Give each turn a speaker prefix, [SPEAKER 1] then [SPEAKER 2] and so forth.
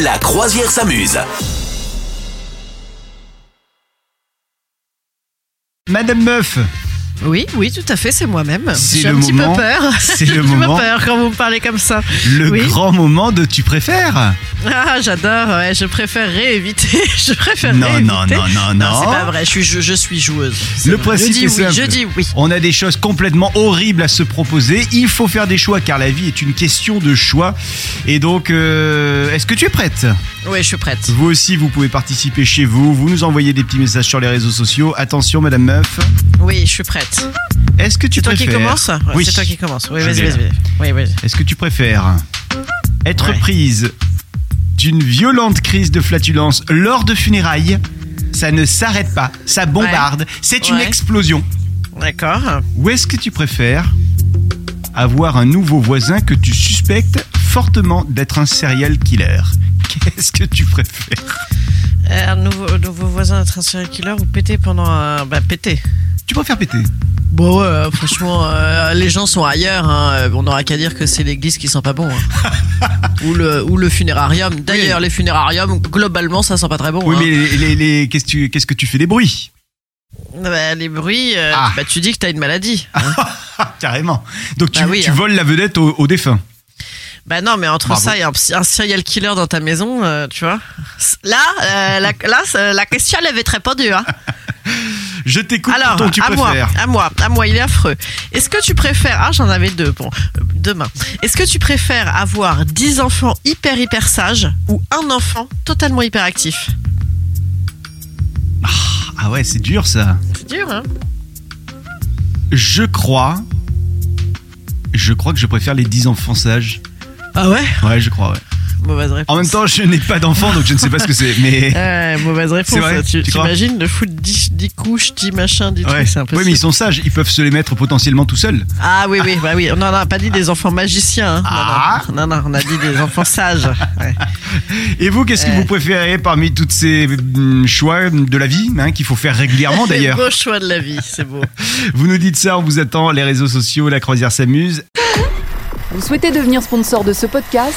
[SPEAKER 1] La croisière s'amuse.
[SPEAKER 2] Madame Meuf,
[SPEAKER 3] Oui, oui, tout à fait, c'est moi-même.
[SPEAKER 2] C'est
[SPEAKER 3] J'ai
[SPEAKER 2] le
[SPEAKER 3] un petit
[SPEAKER 2] moment,
[SPEAKER 3] peu peur.
[SPEAKER 2] c'est
[SPEAKER 3] J'ai
[SPEAKER 2] le
[SPEAKER 3] un petit peu
[SPEAKER 2] moment.
[SPEAKER 3] peur quand vous me parlez comme ça.
[SPEAKER 2] le
[SPEAKER 3] Oui.
[SPEAKER 2] grand moment de tu préfères
[SPEAKER 3] Ah, j'adore, ouais, je préférerais éviter. Je préférerais
[SPEAKER 2] Non,
[SPEAKER 3] éviter.
[SPEAKER 2] non, non, non,
[SPEAKER 3] c'est pas
[SPEAKER 2] non.
[SPEAKER 3] vrai, je suis, je, je suis joueuse. C'est
[SPEAKER 2] Le
[SPEAKER 3] vrai.
[SPEAKER 2] principe
[SPEAKER 3] je dis
[SPEAKER 2] est
[SPEAKER 3] oui,
[SPEAKER 2] simple.
[SPEAKER 3] Je dis oui.
[SPEAKER 2] On a des choses complètement horribles à se proposer. Il faut faire des choix car la vie est une question de choix. Et donc, euh, est-ce que tu es prête
[SPEAKER 3] Oui, je suis prête.
[SPEAKER 2] Vous aussi, vous pouvez participer chez vous. Vous nous envoyez des petits messages sur les réseaux sociaux. Attention, Madame Meuf.
[SPEAKER 3] Oui, je suis prête.
[SPEAKER 2] Est-ce que tu
[SPEAKER 3] C'est toi qui
[SPEAKER 2] préfères
[SPEAKER 3] commence Ouais,
[SPEAKER 2] Oui.
[SPEAKER 3] C'est toi qui commence. Oui,
[SPEAKER 2] Je
[SPEAKER 3] vas-y,
[SPEAKER 2] l'ai,
[SPEAKER 3] vas-y. vas-y. Oui, vas-y.
[SPEAKER 2] Est-ce que tu préfères être
[SPEAKER 3] Ouais.
[SPEAKER 2] prise d'une violente crise de flatulence lors de funérailles Ça ne s'arrête pas, ça bombarde, c'est une
[SPEAKER 3] Ouais.
[SPEAKER 2] explosion.
[SPEAKER 3] D'accord.
[SPEAKER 2] Ou est-ce que tu préfères avoir un nouveau voisin que tu suspectes fortement d'être un serial killer Qu'est-ce que tu préfères
[SPEAKER 3] Euh, Un nouveau, nouveau voisin d'être un serial killer ou péter pendant un. Bah, péter.
[SPEAKER 2] Tu préfères péter
[SPEAKER 3] Bon, ouais, euh, franchement, euh, les gens sont ailleurs. hein. Euh, On n'aura qu'à dire que c'est l'église qui sent pas bon. hein. ou, le, ou le funérarium. D'ailleurs, les funérariums, globalement, ça sent pas très bon.
[SPEAKER 2] Oui,
[SPEAKER 3] hein.
[SPEAKER 2] mais les- les- les- qu'est-ce que tu- qu'est-ce que tu fais des bruits
[SPEAKER 3] Bah, les bruits, euh,
[SPEAKER 2] Ah.
[SPEAKER 3] bah, tu dis que t'as une maladie. hein.
[SPEAKER 2] Ah, Carrément. Donc tu,
[SPEAKER 3] Bah oui,
[SPEAKER 2] tu
[SPEAKER 3] hein.
[SPEAKER 2] voles la vedette au, au défunt.
[SPEAKER 3] bah non, mais entre
[SPEAKER 2] Bravo.
[SPEAKER 3] ça et un, psy- un serial killer dans ta maison, euh, tu vois. c- Là, euh, la, là, c'est- la question, elle avait très pendue. Hein.
[SPEAKER 2] Je t'écoute
[SPEAKER 3] Alors,
[SPEAKER 2] pour ton tu
[SPEAKER 3] à moi,
[SPEAKER 2] préfères.
[SPEAKER 3] à moi, à moi, il est affreux. Est-ce que tu préfères. Ah, j'en avais deux, bon, euh, demain. Est-ce que tu préfères avoir 10 enfants hyper, hyper sages ou un enfant totalement hyperactif
[SPEAKER 2] Ah ouais, c'est dur ça.
[SPEAKER 3] C'est dur, hein
[SPEAKER 2] Je crois. Je crois que je préfère les 10 enfants sages.
[SPEAKER 3] Ah ouais
[SPEAKER 2] Ouais, je crois, ouais.
[SPEAKER 3] Mauvaise réponse.
[SPEAKER 2] En même temps, je n'ai pas d'enfant, donc je ne sais pas ce que c'est. Mais.
[SPEAKER 3] Ouais, mauvaise réponse.
[SPEAKER 2] C'est vrai,
[SPEAKER 3] hein. tu
[SPEAKER 2] tu crois
[SPEAKER 3] t'imagines de foutre 10, 10 couches, 10 machins, 10
[SPEAKER 2] Ouais.
[SPEAKER 3] trucs, c'est
[SPEAKER 2] Oui,
[SPEAKER 3] impossible.
[SPEAKER 2] mais ils sont sages, ils peuvent se les mettre potentiellement tout seuls.
[SPEAKER 3] Ah oui, oui, bah oui. Non, non, on n'a pas dit des enfants magiciens. hein. Non,
[SPEAKER 2] Ah.
[SPEAKER 3] non, non, non, on a dit des enfants sages. Ouais.
[SPEAKER 2] Et vous, qu'est-ce que
[SPEAKER 3] Euh.
[SPEAKER 2] vous préférez parmi toutes ces hum, choix de la vie hein, qu'il faut faire régulièrement d'ailleurs
[SPEAKER 3] Beau choix de la vie, c'est beau.
[SPEAKER 2] Vous nous dites ça, on vous attend, les réseaux sociaux, la croisière s'amuse.
[SPEAKER 4] Vous souhaitez devenir sponsor de ce podcast